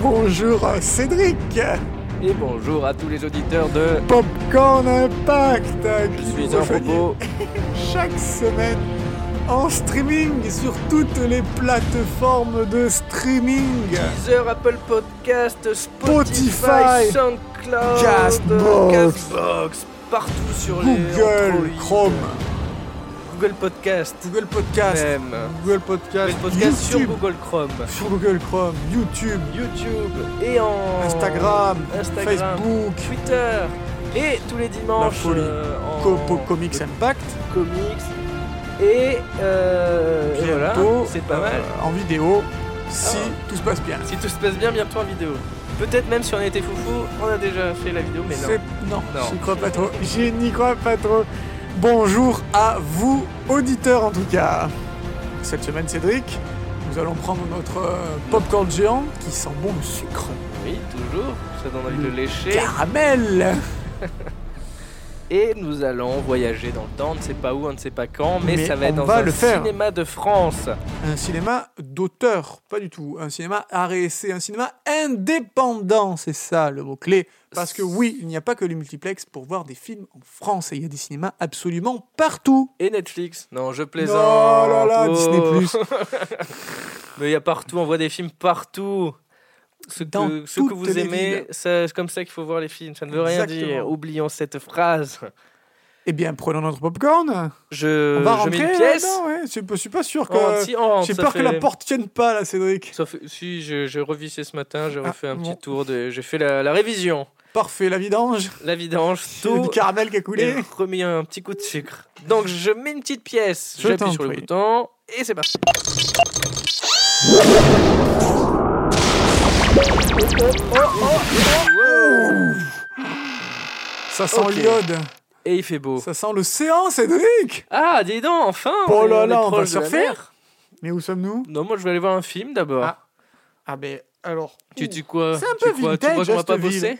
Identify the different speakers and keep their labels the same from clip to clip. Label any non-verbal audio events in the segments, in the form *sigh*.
Speaker 1: Bonjour Cédric
Speaker 2: Et bonjour à tous les auditeurs de
Speaker 1: Popcorn Impact euh,
Speaker 2: Je
Speaker 1: qui
Speaker 2: suis
Speaker 1: nous
Speaker 2: un
Speaker 1: rejoignez
Speaker 2: robot.
Speaker 1: chaque semaine en streaming sur toutes les plateformes de streaming.
Speaker 2: Deezer, Apple Podcast,
Speaker 1: Spotify,
Speaker 2: Spotify, SoundCloud,
Speaker 1: Castbox,
Speaker 2: Castbox, partout sur les
Speaker 1: Google
Speaker 2: Android,
Speaker 1: Chrome,
Speaker 2: Google Podcast,
Speaker 1: Google Podcast,
Speaker 2: même.
Speaker 1: Google Podcast,
Speaker 2: Google Podcast sur
Speaker 1: YouTube,
Speaker 2: Google Chrome,
Speaker 1: sur Google Chrome, YouTube,
Speaker 2: YouTube et en
Speaker 1: Instagram,
Speaker 2: Instagram,
Speaker 1: Facebook,
Speaker 2: Twitter et tous les dimanches
Speaker 1: folie.
Speaker 2: euh, en
Speaker 1: Copo Comics Impact,
Speaker 2: Comics et, euh, et voilà,
Speaker 1: bientôt
Speaker 2: c'est pas
Speaker 1: euh,
Speaker 2: mal.
Speaker 1: en vidéo si
Speaker 2: Ah.
Speaker 1: tout se passe bien.
Speaker 2: Si tout se passe bien, bientôt en vidéo. Peut-être même si on était foufou, on a déjà fait la vidéo, mais non.
Speaker 1: C'est- Non,
Speaker 2: Non.
Speaker 1: j'y crois pas trop. Je n'y crois pas trop. Bonjour à vous, auditeurs en tout cas. Cette semaine, Cédric, nous allons prendre notre euh, popcorn géant qui sent bon le sucre.
Speaker 2: Oui, toujours, ça donne envie de
Speaker 1: Le
Speaker 2: lécher.
Speaker 1: Caramel
Speaker 2: Et nous allons voyager dans le temps, on ne sait pas où, on ne sait pas quand, mais,
Speaker 1: Mais
Speaker 2: ça va être
Speaker 1: on
Speaker 2: dans
Speaker 1: va
Speaker 2: un
Speaker 1: le faire.
Speaker 2: cinéma de France.
Speaker 1: Un cinéma d'auteur, pas du tout. Un cinéma arrêté, un cinéma indépendant, c'est ça le mot-clé. Parce que oui, il n'y a pas que les multiplex pour voir des films en France. Et il y a des cinémas absolument partout.
Speaker 2: Et Netflix Non, je
Speaker 1: Oh
Speaker 2: plaisante.
Speaker 1: là là,
Speaker 2: Oh.
Speaker 1: Disney+. Plus.
Speaker 2: *laughs* Mais il y a partout, on voit des films partout. Ce
Speaker 1: Dans
Speaker 2: que, ce que
Speaker 1: toutes
Speaker 2: vous
Speaker 1: les
Speaker 2: aimez,
Speaker 1: villes.
Speaker 2: ça- c'est comme ça qu'il faut voir les films, ça ne veut rien
Speaker 1: Exactement.
Speaker 2: dire. Oublions cette phrase.
Speaker 1: Eh bien, prenons notre popcorn.
Speaker 2: Je,
Speaker 1: On va
Speaker 2: Euh, je mets
Speaker 1: rentrer
Speaker 2: une
Speaker 1: là
Speaker 2: pièce.
Speaker 1: Non, ouais, je suis pas- je suis pas sûr
Speaker 2: on
Speaker 1: que.
Speaker 2: rentre, si, on rentre,
Speaker 1: J'ai
Speaker 2: Oh, ça
Speaker 1: peur que la
Speaker 2: fait-
Speaker 1: porte tienne pas là, Cédric.
Speaker 2: Sauf si je- j'ai revissé ce matin, j'ai
Speaker 1: Ah,
Speaker 2: refait un
Speaker 1: bon.
Speaker 2: petit tour, de, j'ai fait la, la révision,
Speaker 1: Parfait, la vidange.
Speaker 2: la
Speaker 1: *laughs*
Speaker 2: vidange,
Speaker 1: Il y a
Speaker 2: tout,
Speaker 1: du caramel qui a coulé.
Speaker 2: et remis un petit coup de sucre. Donc je mets une petite pièce,
Speaker 1: Je t'en
Speaker 2: j'appuie sur le
Speaker 1: prie.
Speaker 2: bouton et c'est parti. Wow.
Speaker 1: Ça sent
Speaker 2: Ok. Oh.
Speaker 1: l'iode.
Speaker 2: Et il fait beau.
Speaker 1: Ça sent l'océan, Cédric.
Speaker 2: Ah, dis donc, enfin
Speaker 1: Oh
Speaker 2: on
Speaker 1: là
Speaker 2: est
Speaker 1: là, on va
Speaker 2: proche de la
Speaker 1: surfer
Speaker 2: mer.
Speaker 1: Mais où sommes-nous
Speaker 2: Non, moi je vais aller voir un film d'abord.
Speaker 1: Ah. Ah, ben alors.
Speaker 2: Tu dis quoi
Speaker 1: C'est un
Speaker 2: tu
Speaker 1: peu
Speaker 2: crois, tu
Speaker 1: vintage,
Speaker 2: crois qu'on va
Speaker 1: cette
Speaker 2: pas
Speaker 1: ville.
Speaker 2: bosser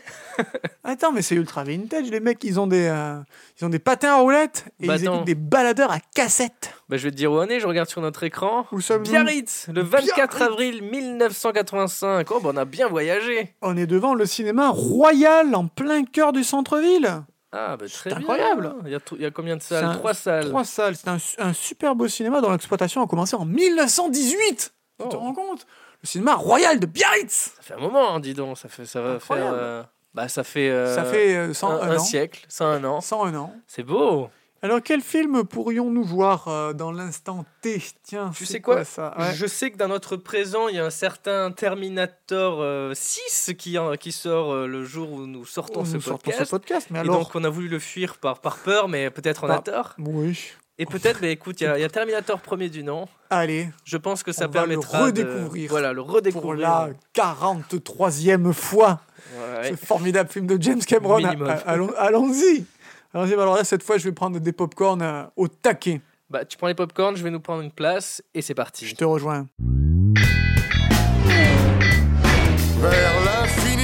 Speaker 1: Attends, mais c'est ultra vintage. Les mecs, ils ont des, euh, ils ont des patins à roulettes et
Speaker 2: Bah
Speaker 1: ils
Speaker 2: attends.
Speaker 1: écoutent des baladeurs à cassette.
Speaker 2: Bah, Je vais te dire où on est, je regarde sur notre écran.
Speaker 1: Où sommes-nous
Speaker 2: Biarritz, le 24 avril 1985. Oh, bah on a bien voyagé.
Speaker 1: On est devant le cinéma royal en plein cœur du centre-ville.
Speaker 2: Ah, bah très
Speaker 1: C'est
Speaker 2: bien.
Speaker 1: incroyable.
Speaker 2: Il y, a tout- il y a combien de
Speaker 1: C'est
Speaker 2: salles
Speaker 1: un-
Speaker 2: Trois salles.
Speaker 1: Trois salles. C'est un, un super beau cinéma dont l'exploitation a commencé en 1918. Tu te
Speaker 2: Oh.
Speaker 1: rends compte Le cinéma royal de Biarritz.
Speaker 2: Ça fait un moment, hein, dis donc. Ça, fait, ça va
Speaker 1: Incroyable.
Speaker 2: faire. euh, Bah, ça fait. euh,
Speaker 1: Ça fait euh,
Speaker 2: un,
Speaker 1: 101
Speaker 2: un
Speaker 1: ans.
Speaker 2: siècle, ça un an.
Speaker 1: 101 ans.
Speaker 2: C'est beau.
Speaker 1: Alors, quel film pourrions-nous voir euh, dans l'instant T Tiens,
Speaker 2: Tu
Speaker 1: c'est
Speaker 2: sais quoi
Speaker 1: ça Ouais.
Speaker 2: Je sais que dans notre présent, il y a un certain Terminator euh, 6 qui, en- qui sort euh, le jour où nous sortons
Speaker 1: Nous
Speaker 2: ce
Speaker 1: sortons
Speaker 2: podcast.
Speaker 1: podcast, mais
Speaker 2: Et
Speaker 1: alors.
Speaker 2: donc, on a voulu le fuir par, par peur, mais peut-être on
Speaker 1: Bah.
Speaker 2: a tort.
Speaker 1: Oui.
Speaker 2: Et
Speaker 1: *laughs*
Speaker 2: peut-être, bah, écoute, il y, a- il y a Terminator premier du nom.
Speaker 1: Allez,
Speaker 2: Je pense que ça
Speaker 1: On va le
Speaker 2: permettra
Speaker 1: redécouvrir.
Speaker 2: de voilà le
Speaker 1: pour
Speaker 2: redécouvrir.
Speaker 1: la 43e fois,
Speaker 2: Ouais,
Speaker 1: ce
Speaker 2: ouais.
Speaker 1: formidable film de James Cameron.
Speaker 2: Minimum.
Speaker 1: Ah, Allons, allons-y Allons-y, alors là, cette fois, je vais prendre des popcorn au taquet.
Speaker 2: Bah tu prends les popcorns, je vais nous prendre une place et c'est parti.
Speaker 1: Je te rejoins.
Speaker 3: vers l'infini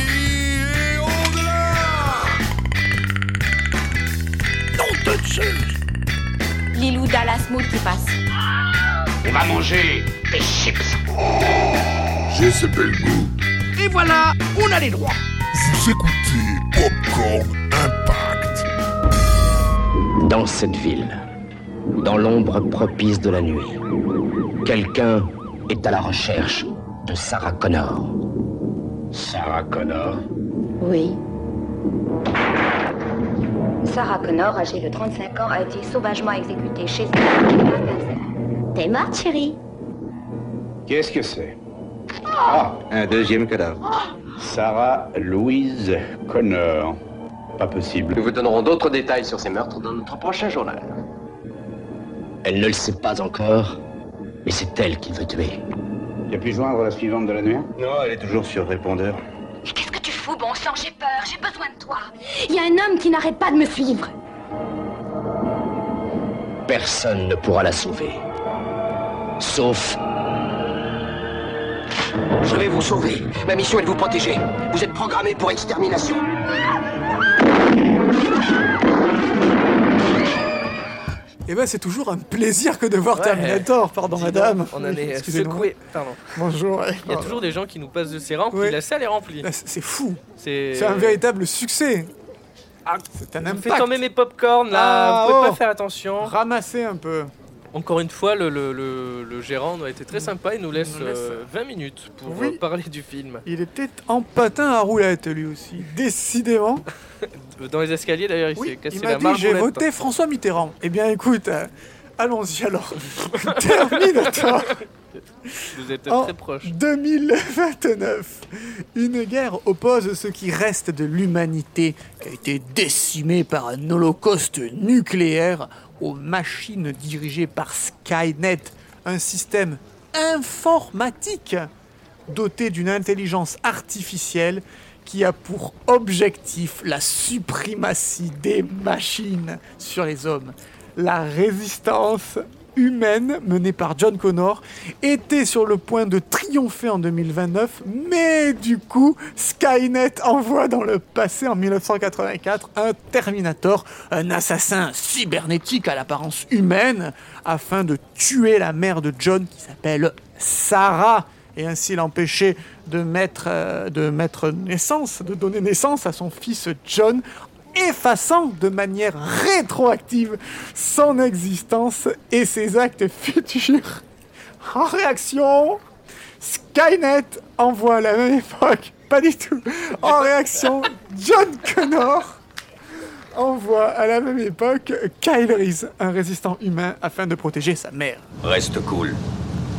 Speaker 3: et au-delà.
Speaker 4: Lilou Dallas Mood qui passe.
Speaker 5: On va manger des chips.
Speaker 3: J'ai ce bel goût.
Speaker 5: Et voilà, on a les droits.
Speaker 3: Vous écoutez Popcorn Impact.
Speaker 6: Dans cette ville, dans l'ombre propice de la nuit, quelqu'un est à la recherche de Sarah Connor. Sarah Connor
Speaker 7: Oui. Sarah Connor, âgée de 35 ans, a été sauvagement exécutée chez elle. T'es morte, chérie
Speaker 8: Qu'est-ce que c'est
Speaker 5: Ah,
Speaker 8: Un deuxième cadavre.
Speaker 5: Sarah Louise Connor. Pas possible.
Speaker 8: Nous vous donnerons d'autres détails sur ces meurtres dans notre prochain journal.
Speaker 6: Elle ne le sait pas encore, mais c'est elle qu'il veut tuer.
Speaker 5: Il a pu joindre la suivante de la nuit
Speaker 8: Non, elle est toujours sur répondeur.
Speaker 7: Mais qu'est-ce que tu fous, bon sang J'ai peur, j'ai besoin de toi. Il y a un homme qui n'arrête pas de me suivre.
Speaker 6: Personne ne pourra la sauver. Sauf...
Speaker 8: Je vais vous sauver. Ma mission est de vous protéger. Vous êtes programmé pour extermination.
Speaker 1: Et Et ben c'est toujours un plaisir que de voir
Speaker 2: Ouais.
Speaker 1: Terminator, pardon
Speaker 2: Dis donc,
Speaker 1: madame.
Speaker 2: On en est
Speaker 1: Excusez-moi.
Speaker 2: secoué. Pardon.
Speaker 1: Bonjour.
Speaker 2: Il y a toujours des gens qui nous passent de ses rampes,
Speaker 1: Ouais.
Speaker 2: puis la salle est remplie.
Speaker 1: Là, c'est c'est fou.
Speaker 2: C'est
Speaker 1: C'est un véritable succès.
Speaker 2: Ah.
Speaker 1: c'est un
Speaker 2: Fais
Speaker 1: impact.
Speaker 2: tomber mes popcorn là,
Speaker 1: Ah,
Speaker 2: vous pouvez
Speaker 1: oh.
Speaker 2: pas faire attention.
Speaker 1: Ramasser un peu.
Speaker 2: Encore une fois, le, le, le- le gérant a été très sympa, il nous laisse,
Speaker 1: Mm. nous laisse-
Speaker 2: euh, 20 minutes pour
Speaker 1: Oui.
Speaker 2: euh, parler du film.
Speaker 1: Il était en patin à roulette lui aussi, décidément.
Speaker 2: Euh, Dans les escaliers d'ailleurs, il s'est
Speaker 1: Oui,
Speaker 2: cassé
Speaker 1: il
Speaker 2: la
Speaker 1: m'a dit
Speaker 2: marmoulette.
Speaker 1: j'ai voté François Mitterrand. Eh bien écoute, euh, allons-y alors. *laughs* Terminator
Speaker 2: Vous êtes
Speaker 1: en
Speaker 2: très proche.
Speaker 1: 2029. Une guerre oppose ce qui reste de l'humanité, qui a été décimée par un holocauste nucléaire, aux machines dirigées par Skynet, un système informatique doté d'une intelligence artificielle qui a pour objectif la suprématie des machines sur les hommes. La résistance humaine menée par John Connor était sur le point de triompher en 2029, mais du coup, Skynet envoie dans le passé en 1984 un Terminator, un assassin cybernétique à l'apparence humaine, afin de tuer la mère de John qui s'appelle Sarah et ainsi l'empêcher de mettre, euh, de mettre naissance, de donner naissance à son fils John, effaçant de manière rétroactive son existence et ses actes futurs. En réaction, Skynet envoie à la même époque, pas du tout, en réaction, John Connor envoie à la même époque Kyle Reese, un résistant humain, afin de protéger sa mère.
Speaker 8: Reste cool.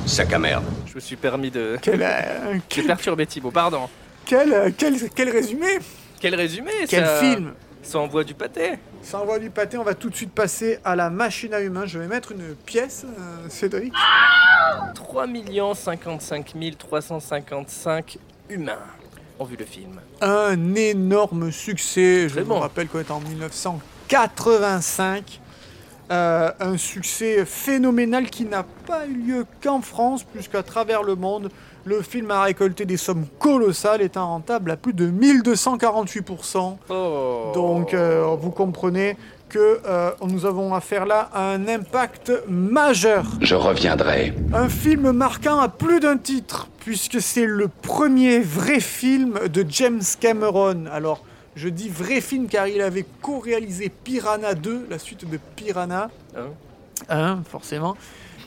Speaker 8: Sac à merde.
Speaker 2: Je me suis permis de. *laughs*
Speaker 1: Quel, euh,
Speaker 2: J'ai perturbé Thibaut, pardon.
Speaker 1: quel, euh, quel, quel résumé
Speaker 2: Quel résumé
Speaker 1: Quel
Speaker 2: ça-
Speaker 1: film
Speaker 2: Ça envoie du pâté
Speaker 1: Ça envoie du pâté, on va tout de suite passer à la machine à humains. Je vais mettre une pièce, euh, Cédric.
Speaker 2: 3 55 355 humains ont vu le film.
Speaker 1: Un énorme succès. Je
Speaker 2: Très
Speaker 1: vous
Speaker 2: bon.
Speaker 1: rappelle qu'on est en 1985. Euh, un succès phénoménal qui n'a pas eu lieu qu'en France, puisqu'à travers le monde, le film a récolté des sommes colossales, étant rentable à plus de 1248%.
Speaker 2: Oh
Speaker 1: Donc euh, vous comprenez que euh, nous avons affaire là à un impact majeur.
Speaker 6: Je reviendrai.
Speaker 1: Un film marquant à plus d'un titre, puisque c'est le premier vrai film de James Cameron. Alors, je dis vrai film car il avait co-réalisé Piranha 2, la suite de Piranha
Speaker 2: Hein
Speaker 1: 1, forcément.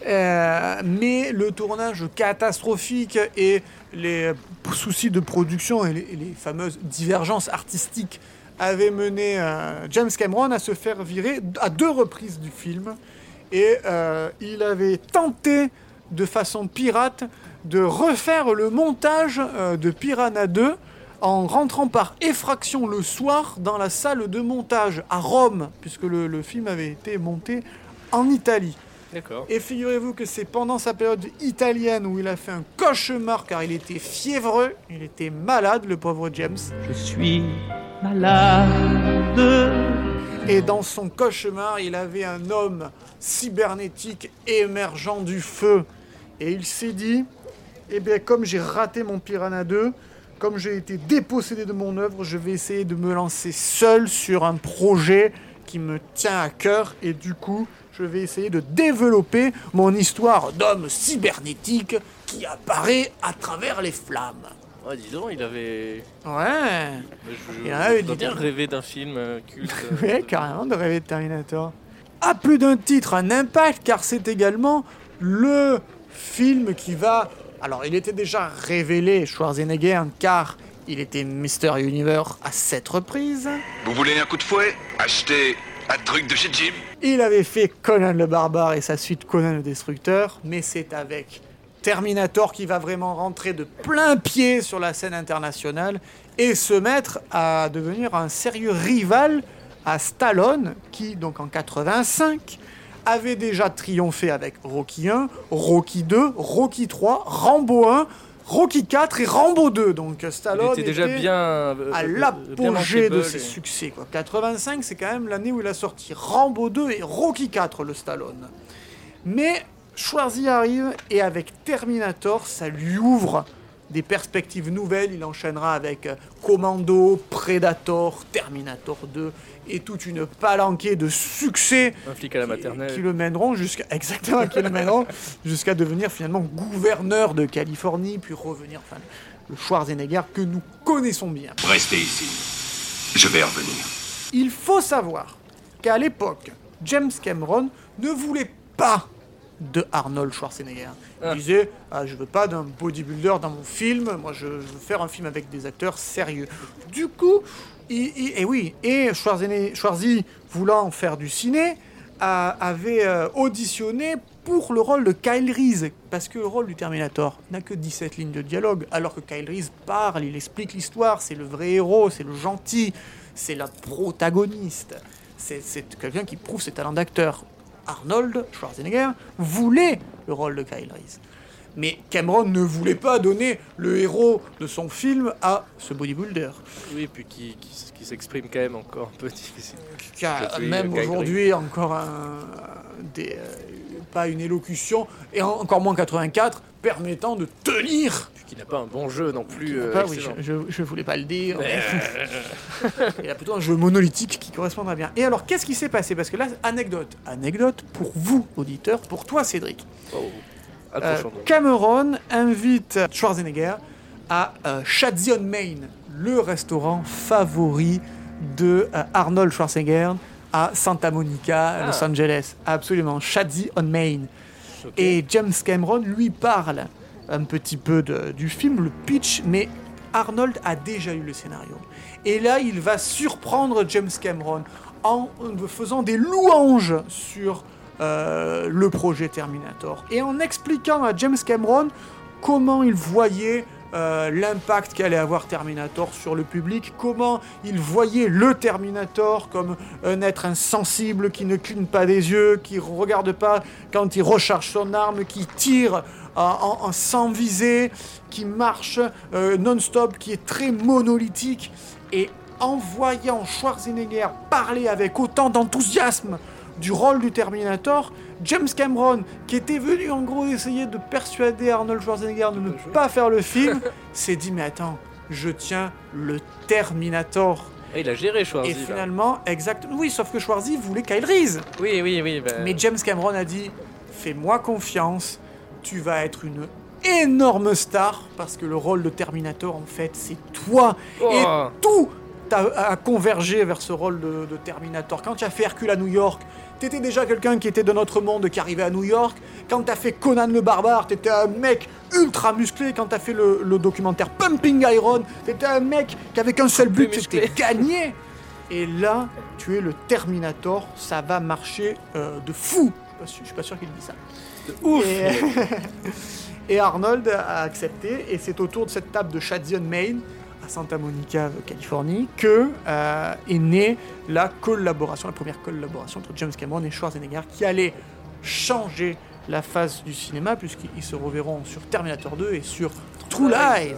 Speaker 1: Euh, mais le tournage catastrophique et les soucis de production et les, et les fameuses divergences artistiques avaient mené euh, James Cameron à se faire virer à deux reprises du film. Et euh, il avait tenté de façon pirate de refaire le montage euh, de Piranha 2 en rentrant par effraction le soir dans la salle de montage à Rome, puisque le- le film avait été monté en Italie.
Speaker 2: D'accord.
Speaker 1: Et figurez-vous que c'est pendant sa période italienne où il a fait un cauchemar car il était fiévreux, il était malade, le pauvre James.
Speaker 9: Je suis malade.
Speaker 1: Et dans son cauchemar, il avait un homme cybernétique émergeant du feu. Et il s'est dit, eh bien comme j'ai raté mon Piranha 2, comme j'ai été dépossédé de mon œuvre, je vais essayer de me lancer seul sur un projet qui me tient à cœur. Et du coup, je vais essayer de développer mon histoire d'homme cybernétique qui apparaît à travers les flammes.
Speaker 2: Oh, dis donc, il avait.
Speaker 1: Ouais,
Speaker 2: Je, je-
Speaker 1: Il en avait
Speaker 2: je dois
Speaker 1: dit
Speaker 2: bien
Speaker 1: donc.
Speaker 2: rêvé d'un film euh,
Speaker 1: *laughs*
Speaker 2: culte.
Speaker 1: Ouais, carrément de rêver de Terminator. À plus d'un titre, un impact, car c'est également le film qui va. Alors, il était déjà révélé, Schwarzenegger, car il était Mister Universe à sept reprises.
Speaker 3: Vous voulez un coup de fouet Achetez un truc de chez Jim.
Speaker 1: Il avait fait Conan le Barbare et sa suite Conan le Destructeur, mais c'est avec Terminator qui va vraiment rentrer de plein pied sur la scène internationale et se mettre à devenir un sérieux rival à Stallone, qui, donc en 85, avait déjà triomphé avec Rocky 1, Rocky 2, Rocky 3, Rambo 1, Rocky 4 et Rambo 2. Donc
Speaker 2: Il
Speaker 1: Stallone
Speaker 2: était déjà bien. euh,
Speaker 1: à
Speaker 2: euh,
Speaker 1: l'apogée
Speaker 2: bien
Speaker 1: de
Speaker 2: bankable
Speaker 1: ses
Speaker 2: et-
Speaker 1: succès. Quoi. 85, c'est quand même l'année où il a sorti Rambo 2 et Rocky 4, le Stallone. Mais Schwarzy arrive et avec Terminator, ça lui ouvre des perspectives nouvelles. Il enchaînera avec euh, Commando, Predator, Terminator 2 et toute une palanquée de succès
Speaker 2: Un flic à la
Speaker 1: qui-
Speaker 2: maternelle.
Speaker 1: Qui, le mèneront jusqu'à *laughs* exactement qui le mèneront jusqu'à devenir finalement gouverneur de Californie, puis revenir enfin le Schwarzenegger que nous connaissons bien.
Speaker 3: Restez ici. Je vais revenir.
Speaker 1: Il faut savoir qu'à l'époque, James Cameron ne voulait pas de Arnold Schwarzenegger. Il
Speaker 2: Ah.
Speaker 1: disait ah, Je veux pas d'un bodybuilder dans mon film, moi je, je veux faire un film avec des acteurs sérieux. Du coup, il, il- et oui, et Schwarzenegger, Schwarzy, voulant faire du ciné, a- avait euh, auditionné pour le rôle de Kyle Reese, parce que le rôle du Terminator n'a que 17 lignes de dialogue, alors que Kyle Reese parle, il explique l'histoire, c'est le vrai héros, c'est le gentil, c'est la protagoniste, c'est c'est quelqu'un qui prouve ses talents d'acteur. Arnold Schwarzenegger voulait le rôle de Kyle Reese. Mais Cameron ne voulait pas donner le héros de son film à ce bodybuilder.
Speaker 2: Oui, puis qui, qui, s- qui s'exprime quand même encore un peu. *laughs* difficile.
Speaker 1: qui a
Speaker 2: Aujourd'hui,
Speaker 1: même
Speaker 2: Kyle
Speaker 1: aujourd'hui encore un, des, euh, pas une élocution, et en- encore moins 84, permettant de tenir.
Speaker 2: Puis qui n'a pas un bon jeu non plus. euh,
Speaker 1: Pas, Ah bah oui,
Speaker 2: excellent. euh,
Speaker 1: je, je, je voulais pas le dire. *laughs* Il a plutôt un jeu monolithique qui correspondra bien. Et alors, qu'est-ce qui s'est passé Parce que là, anecdote. Anecdote pour vous, auditeurs, pour toi, Cédric. Euh,
Speaker 2: Approchons Ah, donc.
Speaker 1: Cameron invite Schwarzenegger à euh, Shadzion Main, le restaurant favori de euh, Arnold Schwarzenegger à Santa Monica, à Los Angeles. Absolument, Shadzi on Main. Et James Cameron lui parle un petit peu de- du film, le pitch, mais Arnold a déjà eu le scénario. Et là, il va surprendre James Cameron en faisant des louanges sur euh, le projet Terminator et en expliquant à James Cameron comment il voyait euh, l'impact qu'allait avoir Terminator sur le public, comment il voyait le Terminator comme un être insensible qui ne cligne pas des yeux, qui regarde pas quand il recharge son arme, qui tire en, en- en sans viser, qui marche euh, non-stop, qui est très monolithique. Et en voyant Schwarzenegger parler avec autant d'enthousiasme du rôle du Terminator, James Cameron, qui était venu en gros essayer de persuader Arnold Schwarzenegger de ne pas faire le film, *laughs* s'est dit mais attends, je tiens le Terminator.
Speaker 2: Ah, il a géré
Speaker 1: Et
Speaker 2: Schwarzy. là.
Speaker 1: finalement, exactement. Oui, sauf que Schwarzy voulait Kyle Reese.
Speaker 2: Oui, oui, oui. bah,
Speaker 1: Mais James Cameron a dit Fais-moi confiance, tu vas être une énorme star, parce que le rôle de Terminator, en fait, c'est toi.
Speaker 2: Oh.
Speaker 1: Et tout a, a convergé vers ce rôle de, de Terminator. Quand tu as fait Hercule à New York, t'étais déjà quelqu'un qui était de notre monde, qui arrivait à New York. Quand t'as fait Conan le Barbare, t'étais un mec ultra musclé. Quand t'as fait le, le documentaire Pumping Iron, t'étais un mec qui avait qu'un seul but,
Speaker 2: Plus musclé.
Speaker 1: c'était gagner. Et là, tu es le Terminator, ça va marcher euh, de fou. Je suis pas sûr- je suis pas sûr qu'il dit ça.
Speaker 2: Ouf
Speaker 1: Et, et *laughs* Arnold a accepté, et c'est autour de cette table de Shadzion Main, à Santa Monica, Californie, que euh, est née la collaboration, la première collaboration entre James Cameron et Schwarzenegger, qui allait changer la face du cinéma, puisqu'ils se reverront sur Terminator 2 et sur True Lies.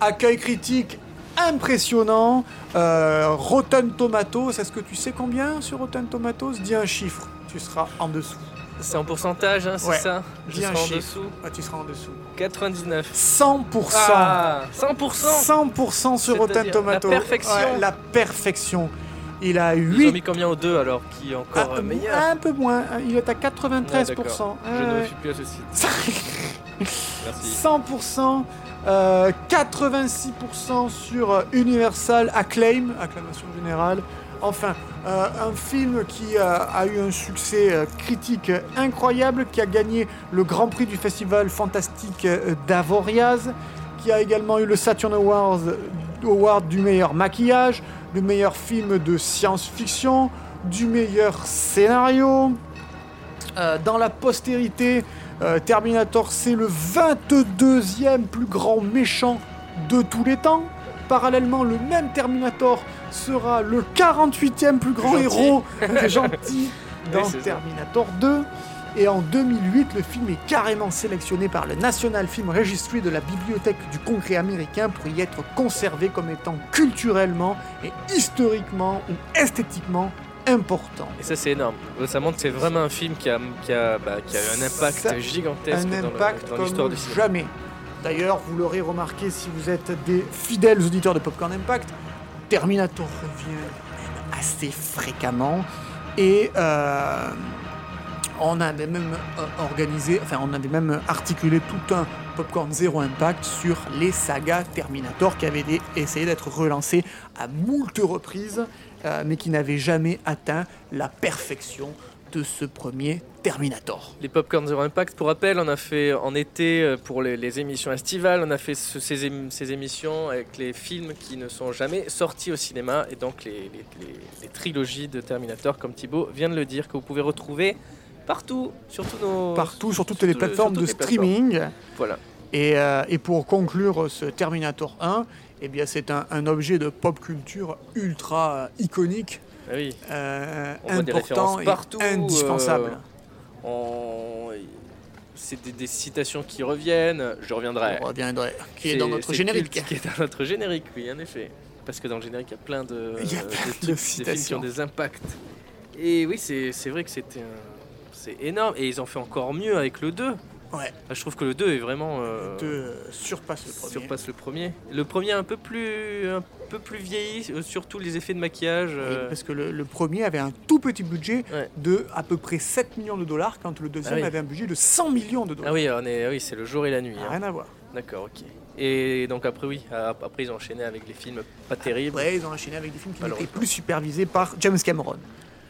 Speaker 1: Accueil critique impressionnant. Euh, Rotten Tomatoes, est-ce que tu sais combien sur Rotten Tomatoes Dis un chiffre, tu seras en dessous.
Speaker 2: C'est en pourcentage, hein, c'est
Speaker 1: Ouais.
Speaker 2: ça Je
Speaker 1: Dis un
Speaker 2: serai en
Speaker 1: chiffre.
Speaker 2: dessous.
Speaker 1: Ah, tu seras en dessous.
Speaker 2: 99.
Speaker 1: 100%.
Speaker 2: Ah 100%
Speaker 1: 100% sur Rotten
Speaker 2: C'est-à-dire la
Speaker 1: Tomatoes.
Speaker 2: perfection.
Speaker 1: Ouais, la perfection. Il a
Speaker 2: Ils ont
Speaker 1: 8.
Speaker 2: mis combien aux deux alors Qui est encore
Speaker 1: Ah,
Speaker 2: euh, meilleur
Speaker 1: un peu moins. Il est à
Speaker 2: Ouais,
Speaker 1: 93%.
Speaker 2: d'accord.
Speaker 1: Ouais,
Speaker 2: Je ne
Speaker 1: ouais.
Speaker 2: suis plus à ce site.
Speaker 1: *laughs*
Speaker 2: Merci.
Speaker 1: 100%. euh, 86% sur euh, Universal Acclaim, acclamation générale. Enfin, euh, un film qui euh, a eu un succès euh, critique euh, incroyable, qui a gagné le Grand Prix du Festival Fantastique euh, d'Avoriaz, qui a également eu le Saturn Awards Award du meilleur maquillage, du meilleur film de science-fiction, du meilleur scénario. Euh, dans la postérité, euh, Terminator, c'est le 22e plus grand méchant de tous les temps. Parallèlement, le même Terminator sera le 48e plus grand
Speaker 2: Gentil.
Speaker 1: héros des gentils dans
Speaker 2: Oui, c'est ça.
Speaker 1: Terminator 2. Et en 2008, le film est carrément sélectionné par le National Film Registry de la Bibliothèque du Congrès américain pour y être conservé comme étant culturellement et historiquement ou esthétiquement important.
Speaker 2: Et ça, c'est énorme. Ça montre que c'est vraiment un film qui a, qui a, bah, qui a eu un impact
Speaker 1: Ça-
Speaker 2: gigantesque
Speaker 1: un
Speaker 2: dans le-
Speaker 1: impact
Speaker 2: dans
Speaker 1: comme
Speaker 2: l'histoire du cinéma.
Speaker 1: jamais. D'ailleurs, vous l'aurez remarqué si vous êtes des fidèles auditeurs de Popcorn Impact, Terminator revient même assez fréquemment et euh, on avait même euh, organisé, enfin on avait même articulé tout un Popcorn Zéro Impact sur les sagas Terminator qui avaient été- essayé d'être relancées à moult reprises euh, mais qui n'avaient jamais atteint la perfection de ce premier Terminator.
Speaker 2: Les Popcorn Zero Impact, pour rappel, on a fait en été euh, pour les, les émissions estivales, on a fait ce- ces, ém- ces émissions avec les films qui ne sont jamais sortis au cinéma et donc les, les- les- les trilogies de Terminator, comme Thibaut vient de le dire, que vous pouvez retrouver partout, sur tous nos.
Speaker 1: Partout sur toutes
Speaker 2: sur
Speaker 1: les
Speaker 2: tout-
Speaker 1: plateformes
Speaker 2: sur
Speaker 1: de
Speaker 2: toutes les plateformes.
Speaker 1: streaming.
Speaker 2: Voilà.
Speaker 1: Et, euh, et pour conclure ce Terminator 1, eh bien c'est un, un objet de pop culture ultra euh, iconique,
Speaker 2: Ah oui.
Speaker 1: euh,
Speaker 2: On voit des
Speaker 1: important
Speaker 2: références
Speaker 1: et
Speaker 2: partout, euh,
Speaker 1: indispensable.
Speaker 2: On- C'est des, des citations qui reviennent. Je reviendrai.
Speaker 1: On reviendrait, qui est,
Speaker 2: C'est-
Speaker 1: dans notre
Speaker 2: c'est
Speaker 1: générique.
Speaker 2: culte, Qui est dans notre générique, oui, en effet. Parce que dans le générique, il y a plein de,
Speaker 1: Il y a
Speaker 2: de
Speaker 1: plein de
Speaker 2: trucs, des films qui
Speaker 1: citations.
Speaker 2: ont des impacts. Et oui, c'est c'est vrai que c'était un- c'est énorme. Et ils ont fait encore mieux avec le 2.
Speaker 1: Ouais.
Speaker 2: Enfin, je trouve que le 2 est vraiment. euh,
Speaker 1: De euh, surpasse le premier.
Speaker 2: surpasse le premier. Le premier un peu plus un peu plus vieilli, euh, surtout les effets de maquillage.
Speaker 1: Oui,
Speaker 2: euh,
Speaker 1: Parce que le, le premier avait un tout petit budget
Speaker 2: Ouais.
Speaker 1: de à peu près 7 millions de dollars, quand le deuxième
Speaker 2: Ah oui.
Speaker 1: avait un budget de 100 millions de
Speaker 2: Ah
Speaker 1: dollars.
Speaker 2: oui, on est, ah oui, c'est le jour et la nuit. hein.
Speaker 1: Rien à voir.
Speaker 2: D'accord, ok. Et donc après, oui, ap- après ils ont enchaîné avec les films pas terribles.
Speaker 1: Après, ils ont enchaîné avec des films qui n'étaient
Speaker 2: Malheureusement.
Speaker 1: plus supervisés par James Cameron.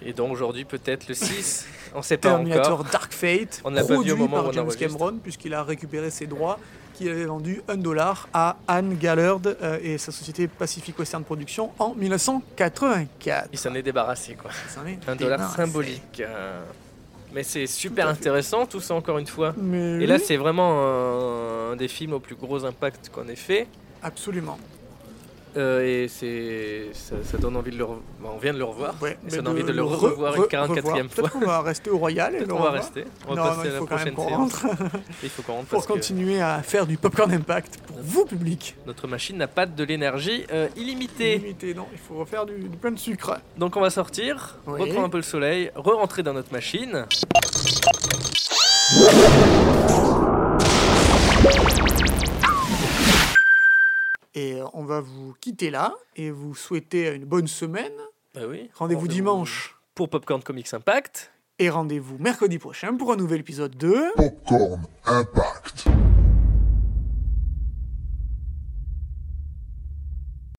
Speaker 2: Et donc aujourd'hui, peut-être le 6, on sait pas encore.
Speaker 1: Terminator Dark Fate,
Speaker 2: On l'a pas vu au
Speaker 1: produit
Speaker 2: moment où
Speaker 1: par
Speaker 2: on
Speaker 1: James
Speaker 2: enregistre.
Speaker 1: Cameron, puisqu'il a récupéré ses droits qu'il avait vendus 1 dollar à Anne Gallard euh, et sa société Pacific Western Productions en 1984.
Speaker 2: Il s'en est débarrassé, quoi.
Speaker 1: C'en est
Speaker 2: Un dollar
Speaker 1: débarrassé.
Speaker 2: symbolique. euh. Mais c'est super intéressant, tout ça encore une fois.
Speaker 1: Mais
Speaker 2: Et là,
Speaker 1: oui,
Speaker 2: c'est vraiment un, un des films au plus gros impact qu'on ait fait.
Speaker 1: absolument.
Speaker 2: Euh, et c'est, ça, ça donne envie de le revoir. on vient de le revoir.
Speaker 1: Ouais,
Speaker 2: et
Speaker 1: mais
Speaker 2: ça donne envie de
Speaker 1: le
Speaker 2: le
Speaker 1: re-
Speaker 2: revoir une
Speaker 1: re-
Speaker 2: 44e fois.
Speaker 1: revoir. Peut-être qu'on va rester au Royal et *laughs*
Speaker 2: Peut-être
Speaker 1: le
Speaker 2: on va
Speaker 1: revoir.
Speaker 2: rester. On
Speaker 1: Non,
Speaker 2: va
Speaker 1: non,
Speaker 2: passer
Speaker 1: il
Speaker 2: à la
Speaker 1: faut quand
Speaker 2: prochaine
Speaker 1: même qu'on
Speaker 2: séance.
Speaker 1: rentre
Speaker 2: Il faut qu'on rentre
Speaker 1: pour
Speaker 2: parce que
Speaker 1: continuer à faire du Popcorn Impact pour vous, public.
Speaker 2: notre machine n'a pas de l'énergie euh, illimitée.
Speaker 1: Limité, non, il faut refaire du, du plein de sucre.
Speaker 2: Donc on va sortir,
Speaker 1: Oui.
Speaker 2: reprendre un peu le soleil, re-rentrer dans notre machine.
Speaker 1: Et euh, on va vous quitter là et vous souhaiter une bonne semaine.
Speaker 2: Bah oui.
Speaker 1: Rendez-vous dimanche.
Speaker 2: Pour Popcorn Comics Impact.
Speaker 1: Et rendez-vous mercredi prochain pour un nouvel épisode de...
Speaker 9: Popcorn Impact.